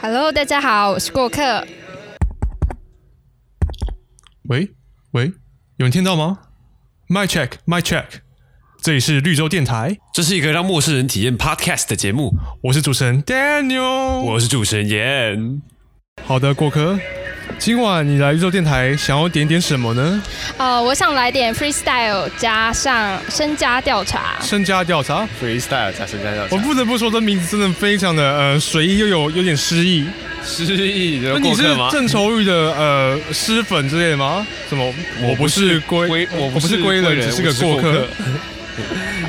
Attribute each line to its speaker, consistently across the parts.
Speaker 1: Hello，大家好，我是过客。
Speaker 2: 喂喂，有人听到吗？My check, my check，这里是绿洲电台，
Speaker 3: 这是一个让陌生人体验 podcast 的节目，
Speaker 2: 我是主持人 Daniel。
Speaker 3: 我是主持人严。
Speaker 2: 好的，过客，今晚你来绿洲电台想要点点什么呢？
Speaker 1: 呃，我想来点 freestyle 加上身家调查。
Speaker 2: 身家调查，
Speaker 4: freestyle 加身家调
Speaker 2: 我
Speaker 4: 查，
Speaker 2: 不得不说这名字真的非常的呃随意，又有有点诗意。
Speaker 3: 失忆
Speaker 2: 那
Speaker 3: 的
Speaker 2: 你是郑愁予的呃诗粉之类的吗？什么？我不是归，
Speaker 4: 我
Speaker 2: 不是归人，只是个过客。。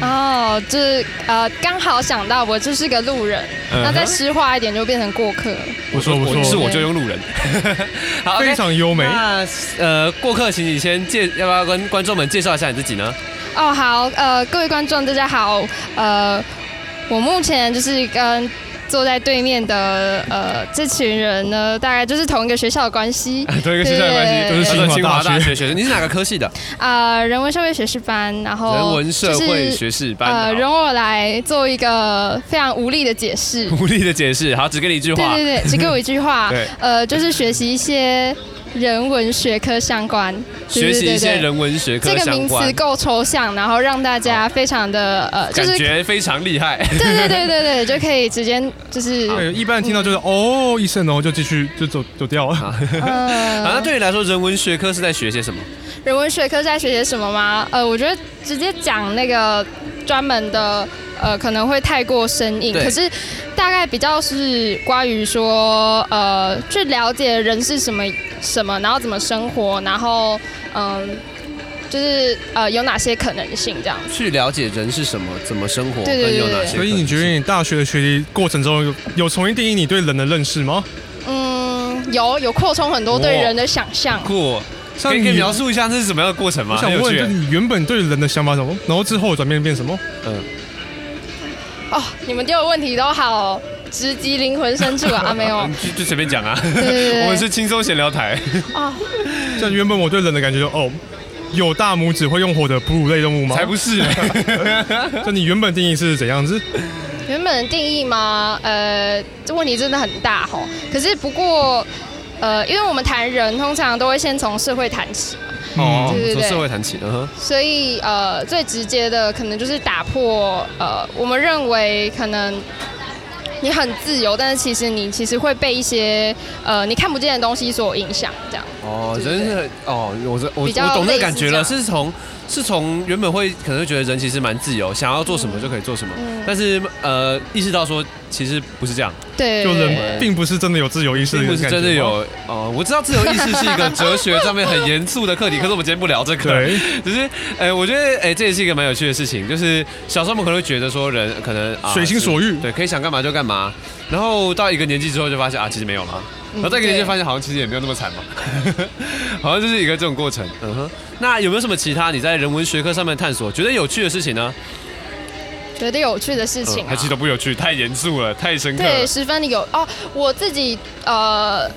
Speaker 1: 哦，就是呃，刚好想到我就是个路人，
Speaker 3: 嗯
Speaker 1: 那再诗化一点就变成过客。
Speaker 2: 不错不
Speaker 3: 我是
Speaker 2: 错，
Speaker 3: 我就用路人， 好
Speaker 2: 非常优美。，
Speaker 3: 那呃，过客，请你先介，要不要跟观众们介绍一下你自己呢？
Speaker 1: 哦，好，呃，各位观众大家好，呃，我目前就是跟坐在对面的呃这群人呢，大概就是同一个学校的关系
Speaker 2: 同一个学校的关系
Speaker 1: 对
Speaker 2: 都是清华大学
Speaker 3: 大学学生，你是哪个科 系的？
Speaker 1: 啊、人文社会学士班，然后
Speaker 3: 人文社会
Speaker 1: 哦就是
Speaker 3: 学士班。
Speaker 1: 呃，
Speaker 3: 好
Speaker 1: 容我来做一个非常无力的解释。
Speaker 3: 无力的解释，好，只给你一句
Speaker 1: 对
Speaker 3: 话。
Speaker 1: 对对，只给我一句话
Speaker 3: 对，
Speaker 1: 呃，就是学习一些人文学科相关，对
Speaker 3: 学习
Speaker 1: 对
Speaker 3: 一些。
Speaker 1: 对对
Speaker 3: 人文学科
Speaker 1: 这个
Speaker 3: 相
Speaker 1: 名词
Speaker 3: 关，
Speaker 1: 够抽象，然后让大家非常的呃，就
Speaker 3: 感
Speaker 1: 是对
Speaker 3: 觉非常厉害。
Speaker 1: 对对对对，就可以直接就是
Speaker 2: 对，一般人听到就是哦一声，然后就继续就走走掉了。
Speaker 3: 好，那
Speaker 1: 呃，
Speaker 3: 对你来说，人文学科是在学些什么？
Speaker 1: 人文学科是在学些什么吗？呃，我觉得直接讲那个专门的呃可能会太过生硬，
Speaker 3: 对
Speaker 1: 可是大概比较是关于说呃去了解人是什么什么，然后怎么生活，然后嗯、就是呃有哪些可能性这样子。
Speaker 3: 去了解人是什么，怎么生活，
Speaker 1: 对对对
Speaker 3: 跟有哪
Speaker 1: 对
Speaker 3: 些可能性。
Speaker 2: 所以你觉得你大学的学习过程中有有重新定义你对人的认识吗？
Speaker 1: 嗯，有有扩充很多对人的想象。
Speaker 3: 酷？
Speaker 2: 像
Speaker 3: 可以可以
Speaker 2: 你
Speaker 3: 描述一下这是什么样的过程吗？
Speaker 2: 我想
Speaker 3: 很有
Speaker 2: 问，
Speaker 3: 趣
Speaker 2: 就是你原本对人的想法什么，然后之后转变变什么？
Speaker 1: 哦，你们丢的问题都好直击灵魂深处啊！啊没有，
Speaker 3: 就就随便讲啊。
Speaker 1: 对对对
Speaker 3: 我们是轻松闲聊台，
Speaker 1: 哦，
Speaker 2: 像原本我对人的感觉就哦，有大拇指会用火的哺乳类动物吗？
Speaker 3: 才 不是哦嘞。
Speaker 2: 就你原本定义是怎样子？
Speaker 1: 原本的定义吗？呃，这问题真的很大吼。可是不过，呃，因为我们谈人通常都会先从社会谈起，
Speaker 3: 哦
Speaker 1: 对对
Speaker 3: 从
Speaker 1: 对
Speaker 3: 社会谈起，嗯哼，
Speaker 1: 所以呃，最直接的可能就是打破呃，我们认为可能。你很自由，但是其实你其实会被一些呃你看不见的东西所影响，这样。
Speaker 3: 哦，
Speaker 1: 对对
Speaker 3: 人是哦，我这我
Speaker 1: 比较
Speaker 3: 我懂那
Speaker 1: 类似
Speaker 3: 个感觉了，
Speaker 1: 这
Speaker 3: 是从是从原本会可能会觉得人其实蛮自由，想要做什么就可以做什么，
Speaker 1: 嗯
Speaker 3: 但是呃意识到说其实不是这样，
Speaker 1: 对，
Speaker 2: 就
Speaker 1: 对
Speaker 2: 人并不是真的有自由意识
Speaker 3: 并
Speaker 2: 的
Speaker 3: 不
Speaker 2: 感觉
Speaker 3: 是
Speaker 2: 吗，
Speaker 3: 真的有哦，我知道自由意识是一个哲学上面很严肃的课题，可是我们今天不聊这个，
Speaker 2: 对，
Speaker 3: 只是，哎、我觉得，哎、这也是一个蛮有趣的事情。就是小时候我们可能会觉得说人可能、啊、
Speaker 2: 随心所欲
Speaker 3: 是对，可以想干嘛就干嘛。然后到一个年纪之后就发现啊，其实没有了。然后再一个年纪就发现好像其实也没有那么惨嘛， 好像就是一个这种过程。嗯哼，那有没有什么其他你在人文学科上面探索觉得有趣的事情呢？
Speaker 1: 觉得有趣的事情、啊
Speaker 3: 嗯还记得不有趣，太严肃了，太深刻
Speaker 1: 对，
Speaker 3: 了。
Speaker 1: 十分的有哦。我自己呃，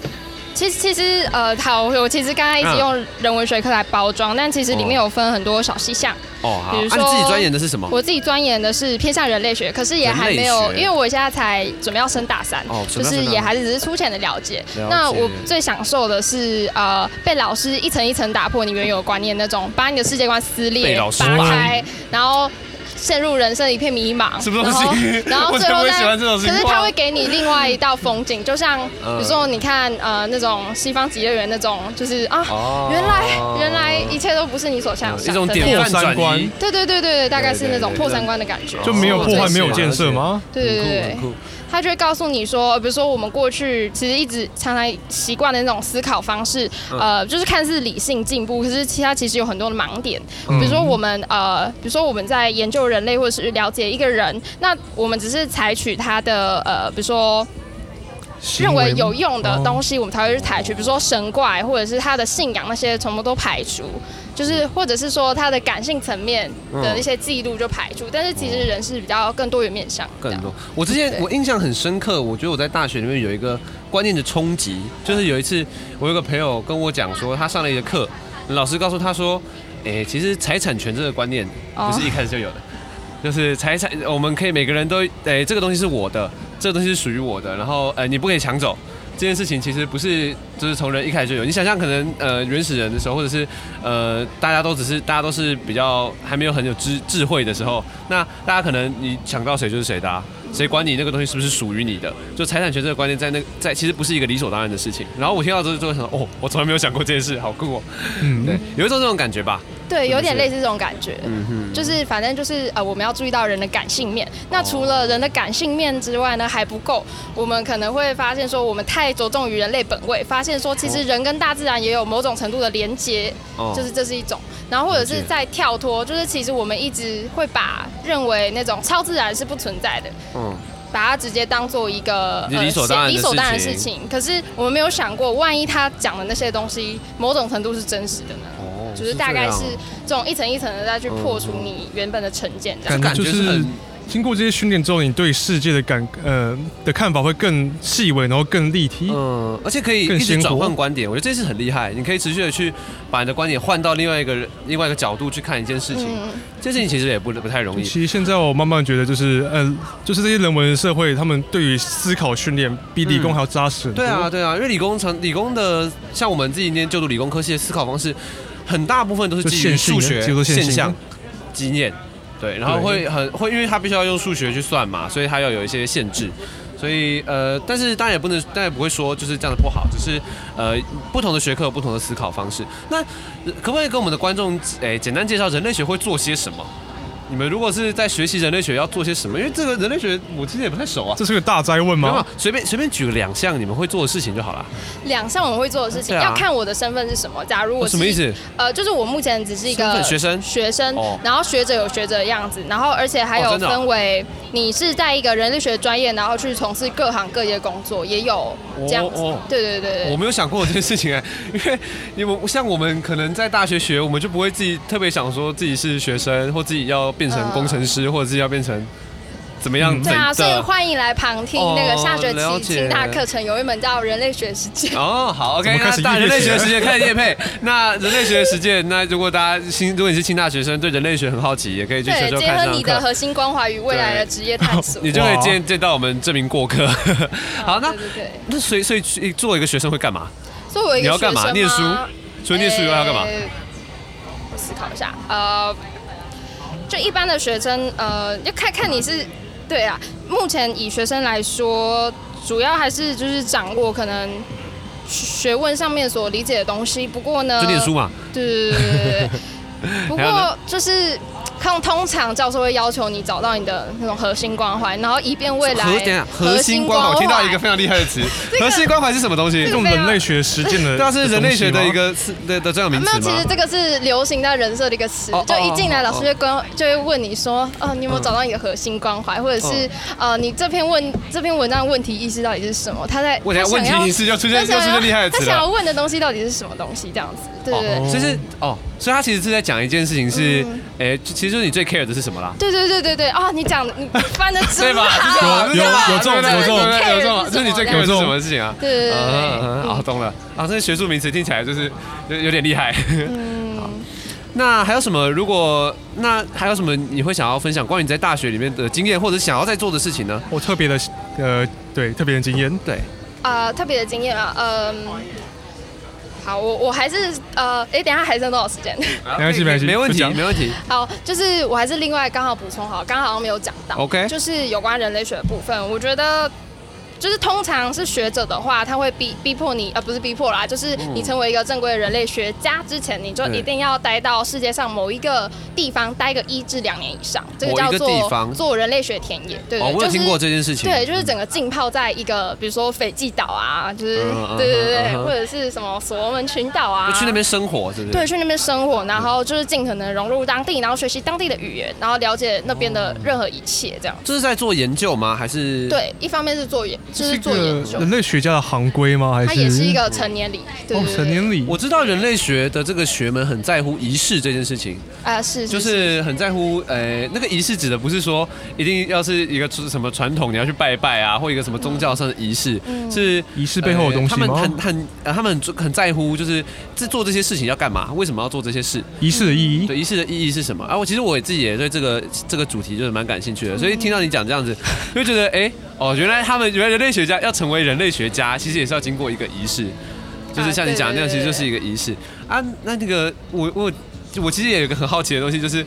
Speaker 1: 其实其实呃，好，我其实刚刚一直
Speaker 3: 嗯
Speaker 1: 用人文学科来包装，但其实里面有分很多小细项。
Speaker 3: 哦，
Speaker 1: 比
Speaker 3: 好，那、
Speaker 1: 如
Speaker 3: 你
Speaker 1: 说
Speaker 3: 自己钻研的是什么？
Speaker 1: 我自己钻研的是偏向人类学，可是也还没有，
Speaker 3: 人类学
Speaker 1: 因为我现在才准备要升大三，
Speaker 3: 哦
Speaker 1: 就
Speaker 3: 准备要升大
Speaker 1: 是
Speaker 3: 三
Speaker 1: 也还是只是粗浅的了解。
Speaker 3: 了解
Speaker 1: 那我最享受的是呃，被老师一层一层打破你原有的观念，那种把你的世界观撕
Speaker 3: 被
Speaker 1: 裂、
Speaker 3: 老师
Speaker 1: 扒
Speaker 3: 骂
Speaker 1: 开，然后。陷入人生一片迷茫，
Speaker 3: 什么东西
Speaker 1: 然后然后
Speaker 3: 我
Speaker 1: 最
Speaker 3: 才不
Speaker 1: 后
Speaker 3: 会
Speaker 1: 再，
Speaker 3: 喜欢这种情
Speaker 1: 可是
Speaker 3: 况嗯
Speaker 1: 他会给你另外一道风景，就像比如说你看呃那种西方极乐园那种，就是啊，
Speaker 3: 哦
Speaker 1: 原来原来一切都不是你所想
Speaker 3: 嗯
Speaker 1: 象的
Speaker 3: 一种
Speaker 1: 那
Speaker 3: 典
Speaker 1: 种
Speaker 2: 破
Speaker 3: 范
Speaker 2: 三
Speaker 3: 转
Speaker 2: 观
Speaker 3: 移，
Speaker 1: 对对对对，对大概是那种
Speaker 3: 对对对
Speaker 1: 破三观的感觉，
Speaker 2: 就没有破坏，没有建设
Speaker 3: 哦
Speaker 2: 吗？
Speaker 1: 对对对
Speaker 3: 很
Speaker 1: 对
Speaker 3: 酷，很，酷。
Speaker 1: 他就会告诉你说，比如说我们过去其实一直常常习惯的那种思考方式，
Speaker 3: 嗯
Speaker 1: 呃，就是看似理性进步，可是其他其实有很多的盲点。
Speaker 3: 嗯
Speaker 1: 比如说我们呃，比如说我们在研究人类或者是了解一个人，那我们只是采取他的呃，比如说认为有用
Speaker 3: 哦
Speaker 1: 的东
Speaker 2: 西，
Speaker 1: 西，我们才会去采取，比如说神怪或者是他的信仰那些，全部都排除，就是或者是说他的感性层面的
Speaker 3: 嗯
Speaker 1: 一些记录就排除。但是其实人是比较更多元面向，这
Speaker 3: 更
Speaker 1: 样
Speaker 3: 多。我之前
Speaker 1: 对
Speaker 3: 我印象很深刻，我觉得我在大学里面有一个观念的冲击，就是有一次我有一个朋友跟我讲说，他上了一个课，老师告诉他说，诶、其实财产权这个观念
Speaker 1: 哦
Speaker 3: 不是一开始就有的。就是财产，我们可以每个人都，诶、这个东西是我的，这东西是属于我的，然后呃，你不可以抢走。这件事情其实不是就是从人一开始就有，你想象可能呃原始人的时候，或者是呃大家都只是大家都是比较还没有很有智智慧的时候，那大家可能你抢到谁就是谁的、啊，谁管你那个东西是不是属于你的？就财产权这个观念在那在其实不是一个理所当然的事情。然后我听到之后就会想，哦，我从来没有想过这件事，好酷哦。
Speaker 2: 嗯，
Speaker 3: 对，有一种这种感觉吧。
Speaker 1: 对，有点
Speaker 3: 是不是
Speaker 1: 类似这种感觉。
Speaker 3: 嗯哼，
Speaker 1: 就是反正就是呃，我们要注意到人的感性面。那除了人的感性面之外呢，还不够。我们可能会发现说，我们太着重于人类本位，发现说其实人跟大自然也有某种程度的连接，
Speaker 3: 哦
Speaker 1: 就是这是一种。然后或者
Speaker 3: 了
Speaker 1: 是
Speaker 3: 解
Speaker 1: 在跳脱，就是其实我们一直会把认为那种超自然是不存在的，
Speaker 3: 嗯，
Speaker 1: 把它直接当做一个呃
Speaker 3: 理所当然的
Speaker 1: 理所当然的
Speaker 3: 事
Speaker 1: 事
Speaker 3: 情
Speaker 1: 情。可是我们没有想过，万一他讲的那些东西某种程度是真实的呢？
Speaker 3: 哦
Speaker 1: 就是大概是这种一层一层的再去破除你原本的成见，这
Speaker 3: 嗯
Speaker 1: 样。
Speaker 2: 感觉就
Speaker 3: 感觉是
Speaker 2: 是
Speaker 3: 很
Speaker 2: 经过这些训练之后，你对世界的感呃的看法会更细微，然后更立体。
Speaker 3: 嗯，而且可以
Speaker 2: 更
Speaker 3: 一直
Speaker 2: 鲜
Speaker 3: 转
Speaker 2: 活
Speaker 3: 换观点，我觉得这是很厉害。你可以持续的去把你的观点换到另外一个人、另外一个角度去看一件事情，
Speaker 1: 嗯，
Speaker 3: 这件事情其实也不不太容易。
Speaker 2: 其实现在我慢慢觉得，就是呃，就是这些人文社会，他们对于思考训练比理工还要扎实很多。
Speaker 3: 嗯对啊，，对啊，因为理工成理工的，像我们自己念就读理工科系的思考方式，很大部分都是
Speaker 2: 就
Speaker 3: 基于
Speaker 2: 线性
Speaker 3: 数
Speaker 2: 的
Speaker 3: 学
Speaker 2: 几乎都线
Speaker 3: 现
Speaker 2: 性的
Speaker 3: 象、经验，对，然后会很会，因为它必须要用数学去算嘛，所以它要有一些限制。所以呃，但是当然也不能，当然也不会说就是这样的不好，只是呃，不同的学科有不同的思考方式。那呃可不可以跟我们的观众诶、简单介绍人类学会做些什么？你们如果是在学习人类学要做些什么？因为这个人类学我其实也不太熟啊。
Speaker 2: 这是个大灾问
Speaker 3: 没有没
Speaker 2: 吗
Speaker 3: 有？随便随便举个两项你们会做的事情就好了。
Speaker 1: 两项我们会做的事情，
Speaker 3: 对啊
Speaker 1: 要看我的身份是什么。假如我
Speaker 3: 哦
Speaker 1: 是
Speaker 3: 什么意？思？
Speaker 1: 呃，就是我目前只是一
Speaker 3: 身
Speaker 1: 个
Speaker 3: 份学生
Speaker 1: 学生
Speaker 3: 哦，
Speaker 1: 然后学者有学者的样子，然后而且还有
Speaker 3: 哦真的哦
Speaker 1: 分为你是在一个人类学专业，然后去从事各行各业工作，也有这样子
Speaker 3: 哦哦。
Speaker 1: 对对对
Speaker 3: 我
Speaker 1: 对，
Speaker 3: 没有想过这件事情 哎、因为你们像我们可能在大学学，我们就不会自己特别想说自己是学生，或自己要变成工程师，或者自己要变成怎么样
Speaker 2: 嗯
Speaker 1: 嗯对啊，所以
Speaker 3: 怎的。
Speaker 1: 欢迎来旁听那个下学
Speaker 3: 哦了
Speaker 1: 期
Speaker 3: 解
Speaker 1: 清大课程，有一门叫人类学世界。
Speaker 3: 哦，好
Speaker 2: 怎
Speaker 3: ，OK，
Speaker 2: 么开
Speaker 3: 那
Speaker 2: 始
Speaker 3: 大
Speaker 2: 夜
Speaker 3: 人类
Speaker 2: 配
Speaker 3: 学
Speaker 2: 了
Speaker 3: 实践开始夜配。那人类学实践，那如果大家新，如果你是清大学生，对人类学很好奇，也可以去修
Speaker 1: 对，
Speaker 3: 修
Speaker 1: 结
Speaker 3: 看
Speaker 1: 合
Speaker 3: 这
Speaker 1: 你
Speaker 3: 堂
Speaker 1: 的
Speaker 3: 课。哦
Speaker 1: 核心关怀与未来的职业探索。
Speaker 3: 你就可以
Speaker 2: 哇
Speaker 3: 见见到我们这名过客。 好，那
Speaker 1: 对对对，
Speaker 3: 那所以所以去作为一个学生会干嘛？
Speaker 1: 作为一个
Speaker 3: 你要干嘛
Speaker 1: 学生
Speaker 3: 念书
Speaker 1: 吗
Speaker 3: 除了念书以外要干嘛？
Speaker 1: 呃我思考一下，呃，就一般的学生，呃，要看看你是，对啊，目前以学生来说，主要还是就是掌握可能学问上面所理解的东西。不过呢，
Speaker 3: 就念书嘛。
Speaker 1: 对 对对对对对。不
Speaker 3: 还有
Speaker 1: 过
Speaker 3: 呢
Speaker 1: 就是，看通常教授会要求你找到你的那种核心关怀，然后以便未来
Speaker 3: 核等一下核心关怀，我听到一个非常厉害的词，核心关怀是什么东西
Speaker 2: 这？
Speaker 1: 啊
Speaker 2: 种人类学实践的，
Speaker 3: 对啊，是人类学的一
Speaker 2: 东西吗。
Speaker 3: 个是的的专有名
Speaker 1: 没
Speaker 3: 词
Speaker 1: 有，其
Speaker 3: 吗
Speaker 1: 实？这个是流行在人设的一个词
Speaker 3: 哦，
Speaker 1: 就一进
Speaker 3: 哦
Speaker 1: 来
Speaker 3: 哦
Speaker 1: 老师就会关就会问你说，哦，你有没有找到你的核心关怀，或者是呃，你这篇问这篇文章的问题意识到底是什么？他在
Speaker 3: 我等
Speaker 1: 他
Speaker 3: 下问
Speaker 1: 想要
Speaker 3: 题意识就出现
Speaker 1: 他
Speaker 3: 又出
Speaker 1: 想要
Speaker 3: 现厉害的
Speaker 1: 他
Speaker 3: 词
Speaker 1: 想要
Speaker 3: 了。
Speaker 1: 问的东西到底是什么东西？这样子，对对
Speaker 3: 哦，
Speaker 1: 对
Speaker 3: 所以是哦，所以他其实是在讲一件事情是
Speaker 1: 嗯，
Speaker 3: 哎，就其实就是你最 care 的是什么啦？
Speaker 1: 对对对对对啊！你讲你翻的出
Speaker 3: 对吧？是这
Speaker 1: 来，
Speaker 3: 样吧
Speaker 2: 有
Speaker 3: 是这样吧
Speaker 2: 有有这种
Speaker 3: 对对
Speaker 2: 有这种
Speaker 3: 对对对对
Speaker 1: 你 care 的是
Speaker 3: 有这种，
Speaker 1: 什么
Speaker 3: 就是你最 care 的是什么事情啊？
Speaker 1: 对对对对对，
Speaker 3: 嗯，好，懂了。啊，这些学术名词听起来就是有有点厉害。
Speaker 1: 嗯，
Speaker 3: 那还有什么？如果那还有什么你会想要分享关于你在大学里面的经验，或者想要再做的事情呢？
Speaker 2: 我特别的，呃，对，特别的经验。
Speaker 3: 对，
Speaker 1: 啊，特别的经验啊，嗯。好，我我还是呃，哎、等一下还剩多少时间？
Speaker 2: 没关系没关系
Speaker 3: 没问
Speaker 2: 就
Speaker 3: 题，
Speaker 2: 讲
Speaker 3: 没问题。
Speaker 1: 好，就是我还是另外刚好补充好，刚好好像没有讲到
Speaker 3: OK
Speaker 1: 就是有关人类学的部分，我觉得。就是通常是学者的话，他会逼逼迫你，呃，不是逼迫啦，就是你成为一个正规的人类学家之前，你就
Speaker 3: 对
Speaker 1: 一定要待到世界上某一个地方待个一至两年以上，这个
Speaker 3: 某一
Speaker 1: 叫
Speaker 3: 个地方
Speaker 1: 做做人类学田野，对
Speaker 3: 哦，
Speaker 1: 对，
Speaker 3: 我有听
Speaker 1: 就是
Speaker 3: 过这件事情。
Speaker 1: 对，就是整个浸泡在一个，比如说斐济岛啊，就是、
Speaker 3: 嗯嗯
Speaker 1: 对对对，
Speaker 3: 嗯嗯嗯
Speaker 1: 或者是什么所罗门群岛啊，
Speaker 3: 就去那边生活，是不是？
Speaker 1: 对，去那边生活，然后就是尽可能融入当地，然后学习当地的语言，然后了解那边的任何一切，这样。
Speaker 3: 这是在做研究吗？还是？
Speaker 1: 对，一方面是做研就是做研究。
Speaker 2: 人类学家的行规吗？还是
Speaker 1: 它也是一个成年礼，对
Speaker 2: 哦
Speaker 1: 对
Speaker 2: 成
Speaker 1: 对，
Speaker 2: 年礼？
Speaker 3: 我知道人类学的这个学门很在乎仪式这件事情，
Speaker 1: 啊是
Speaker 3: 就是是很在乎，呃，那个仪式指的不是说一定要是一个什么传统你要去拜拜啊，或一个什么宗教上的仪式，是
Speaker 2: 仪式背后的东西
Speaker 3: 呃他们
Speaker 2: 吗
Speaker 3: 很很、呃他们很在乎，就是这做这些事情要干嘛，为什么要做这些事，
Speaker 2: 仪式的意义。
Speaker 3: 对仪式的意义是什么啊？我其实我自己也对这个这个主题就是蛮感兴趣的，
Speaker 1: 嗯
Speaker 3: 所以听到你讲这样子，就觉得哎、哦，原来他们原来人类学家要成为人类学家，其实也是要经过一个仪式，就是像你讲的那
Speaker 1: 啊对对
Speaker 3: 样，
Speaker 1: 对
Speaker 3: 其实就是一个仪式啊。那那个我我我其实也有一个很好奇的东西，就是。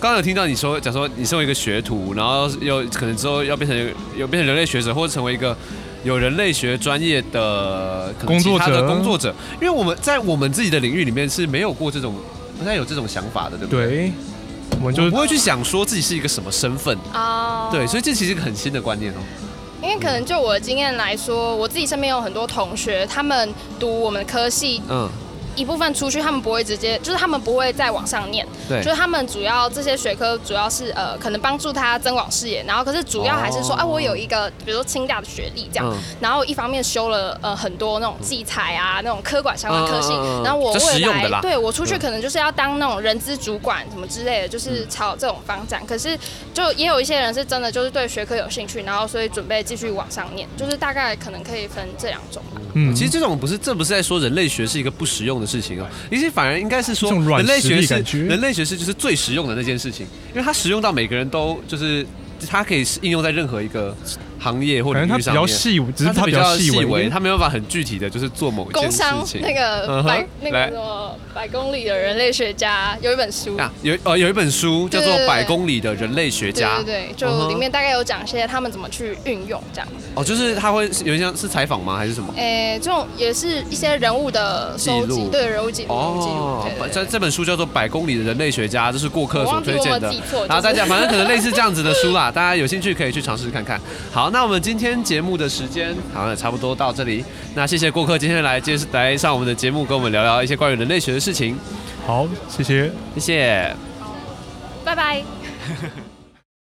Speaker 3: 刚刚有听到你说，讲说你身为一个学徒，然后又可能之后要变成有变成人类学者，或者成为一个有人类学专业的可能
Speaker 2: 工作者
Speaker 3: 其他的工作者，因为我们在我们自己的领域里面是没有过这种不太有这种想法的，对不对？
Speaker 2: 对，我们就
Speaker 3: 我不会去想说自己是一个什么身份，
Speaker 1: 啊
Speaker 3: 对，所以这其实是一个很新的观念哦。
Speaker 1: 因为可能就我的经验来说，我自己身边有很多同学，他们读我们科系
Speaker 3: 嗯，
Speaker 1: 一部分出去，他们不会直接，就是他们不会再往上念，
Speaker 3: 对
Speaker 1: 就，是他们主要这些学科主要是呃，可能帮助他增广视野，然后可是主要还是说，
Speaker 3: 哦
Speaker 1: 哎、我有一个比如说清大的学历这样，
Speaker 3: 嗯
Speaker 1: 然后一方面修了呃很多那种技材啊，那种科管相关科系，
Speaker 3: 嗯嗯嗯嗯
Speaker 1: 然后我
Speaker 3: 这实
Speaker 1: 未
Speaker 3: 用的
Speaker 1: 来
Speaker 3: 啦
Speaker 1: 对我出去可能就是要当那种人资主管什么之类的，就是朝这种方向。可是就也有一些人是真的就是对学科有兴趣，然后所以准备继续往上念，就是大概可能可以分这两种吧。
Speaker 2: 嗯，
Speaker 3: 其实这种不是，这不是在说人类学是一个不实用的事情哦，其实反而应该是说
Speaker 2: 这种软
Speaker 3: 人类
Speaker 2: 实力
Speaker 3: 学是
Speaker 2: 感觉
Speaker 3: 人类学是就是最实用的那件事情，因为它实用到每个人都就是它可以应用在任何一个行业或
Speaker 2: 反正
Speaker 3: 领
Speaker 2: 它
Speaker 3: 域
Speaker 2: 比
Speaker 3: 上
Speaker 2: 较
Speaker 3: 面。
Speaker 2: 细，只是
Speaker 3: 它
Speaker 2: 它
Speaker 3: 比
Speaker 2: 比
Speaker 3: 较
Speaker 2: 较
Speaker 3: 细
Speaker 2: 细
Speaker 3: 微，
Speaker 2: 微。
Speaker 3: 它没有办法很具体的，就是做某一件
Speaker 1: 工
Speaker 3: 事
Speaker 1: 商
Speaker 3: 情。
Speaker 1: 那个
Speaker 3: 嗯哼
Speaker 1: 百、那个
Speaker 3: 来
Speaker 1: 什么百公里的人类学家有一本书，
Speaker 3: 啊，有呃有一本书叫做
Speaker 1: 对对
Speaker 3: 《
Speaker 1: 对
Speaker 3: 百公里的人类学
Speaker 1: 对
Speaker 3: 家》，
Speaker 1: 对对，
Speaker 3: 嗯
Speaker 1: 就
Speaker 3: 哼
Speaker 1: 里面大概有讲一些他们怎么去运用这样。
Speaker 3: 哦，就是他会有点像是采访吗？还是什么？
Speaker 1: 诶、这种也是一些人物的收
Speaker 3: 记
Speaker 1: 集
Speaker 3: 录，
Speaker 1: 对人物记录、人物记录，对对
Speaker 3: 哦这
Speaker 1: 对
Speaker 3: 这本书叫做《百公里的人类学家》，这是过客所推
Speaker 1: 我
Speaker 3: 荐
Speaker 1: 忘记我有
Speaker 3: 的
Speaker 1: 没有记错。
Speaker 3: 然后大
Speaker 1: 就
Speaker 3: 家
Speaker 1: 是
Speaker 3: 反正可能类似这样子的书啦，大家有兴趣可以去尝试看看。好，那我们今天节目的时间好像也差不多到这里。那谢谢过客今天来接来上我们的节目，跟我们聊聊一些关于人类学的事情。
Speaker 2: 好，谢谢。
Speaker 3: 谢谢。
Speaker 1: 拜拜。